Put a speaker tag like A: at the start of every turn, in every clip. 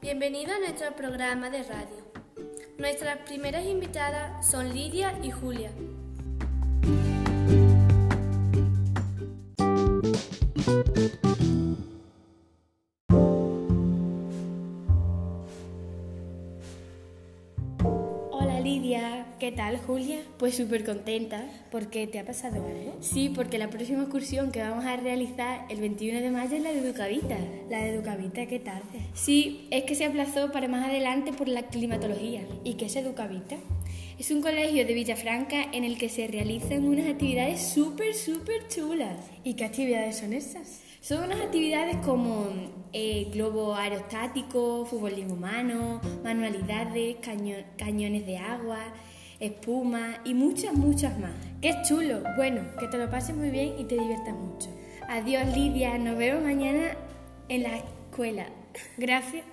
A: Bienvenido a nuestro programa de radio. Nuestras primeras invitadas son Lidia y Julia.
B: Hola Lidia, ¿qué tal Julia?
C: Pues súper contenta.
B: Porque te ha pasado algo?
C: Sí, porque la próxima excursión que vamos a realizar el 21 de mayo es la de Ducavita.
B: La de Educavita, qué tarde.
C: Sí, es que se aplazó para más adelante por la climatología.
B: ¿Y qué es Educavita?
C: Es un colegio de Villafranca en el que se realizan unas actividades súper, súper chulas.
B: ¿Y qué actividades son esas?
C: Son unas actividades como eh, globo aerostático, futbolismo humano, manualidades, caño- cañones de agua, espuma y muchas, muchas más.
B: ¡Qué chulo! Bueno, que te lo pases muy bien y te diviertas mucho.
C: Adiós Lidia, nos vemos mañana en la escuela.
B: Gracias.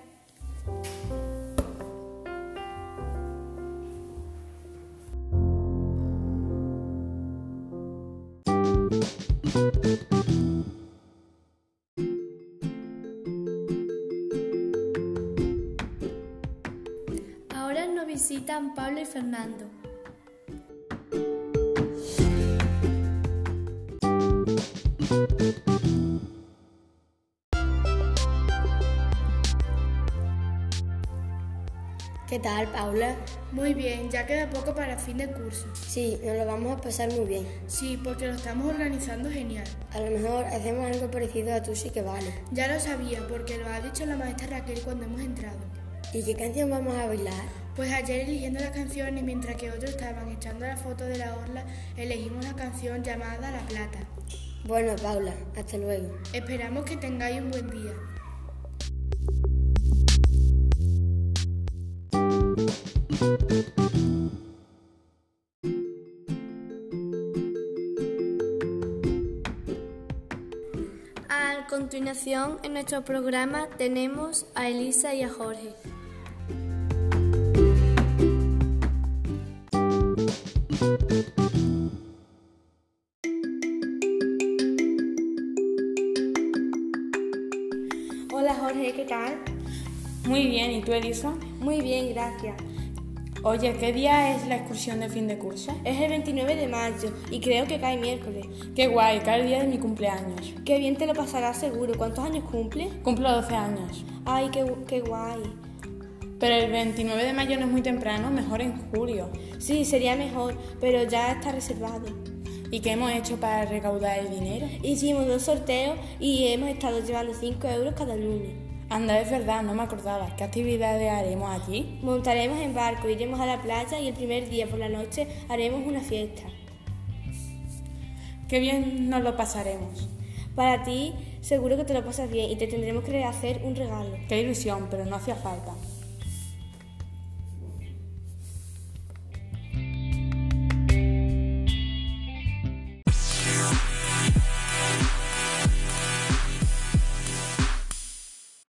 A: Ahora nos visitan Pablo y Fernando.
D: ¿Qué tal, Paula?
E: Muy bien, ya queda poco para fin de curso.
D: Sí, nos lo vamos a pasar muy bien.
E: Sí, porque lo estamos organizando genial.
D: A lo mejor hacemos algo parecido a tú sí que vale.
E: Ya lo sabía, porque lo ha dicho la maestra Raquel cuando hemos entrado.
D: ¿Y qué canción vamos a bailar?
E: Pues ayer eligiendo las canciones, mientras que otros estaban echando la foto de la orla, elegimos la canción llamada La Plata.
D: Bueno, Paula, hasta luego.
E: Esperamos que tengáis un buen día.
A: A continuación, en nuestro programa tenemos a Elisa y a Jorge.
B: Hola Jorge, ¿qué tal?
F: Muy bien, ¿y tú, Elisa?
B: Muy bien, gracias.
F: Oye, ¿qué día es la excursión de fin de curso?
B: Es el 29 de mayo y creo que cae miércoles.
F: Qué guay, cae el día de mi cumpleaños.
B: Qué bien te lo pasarás seguro. ¿Cuántos años cumples?
F: Cumplo 12 años.
B: Ay, qué, gu- qué guay.
F: Pero el 29 de mayo no es muy temprano, mejor en julio.
B: Sí, sería mejor, pero ya está reservado.
F: ¿Y qué hemos hecho para recaudar el dinero?
B: Hicimos dos sorteos y hemos estado llevando 5 euros cada lunes.
F: Anda, es verdad, no me acordaba. ¿Qué actividades haremos allí?
B: Montaremos en barco, iremos a la playa y el primer día por la noche haremos una fiesta.
F: Qué bien nos lo pasaremos.
B: Para ti, seguro que te lo pasas bien y te tendremos que hacer un regalo.
F: Qué ilusión, pero no hacía falta.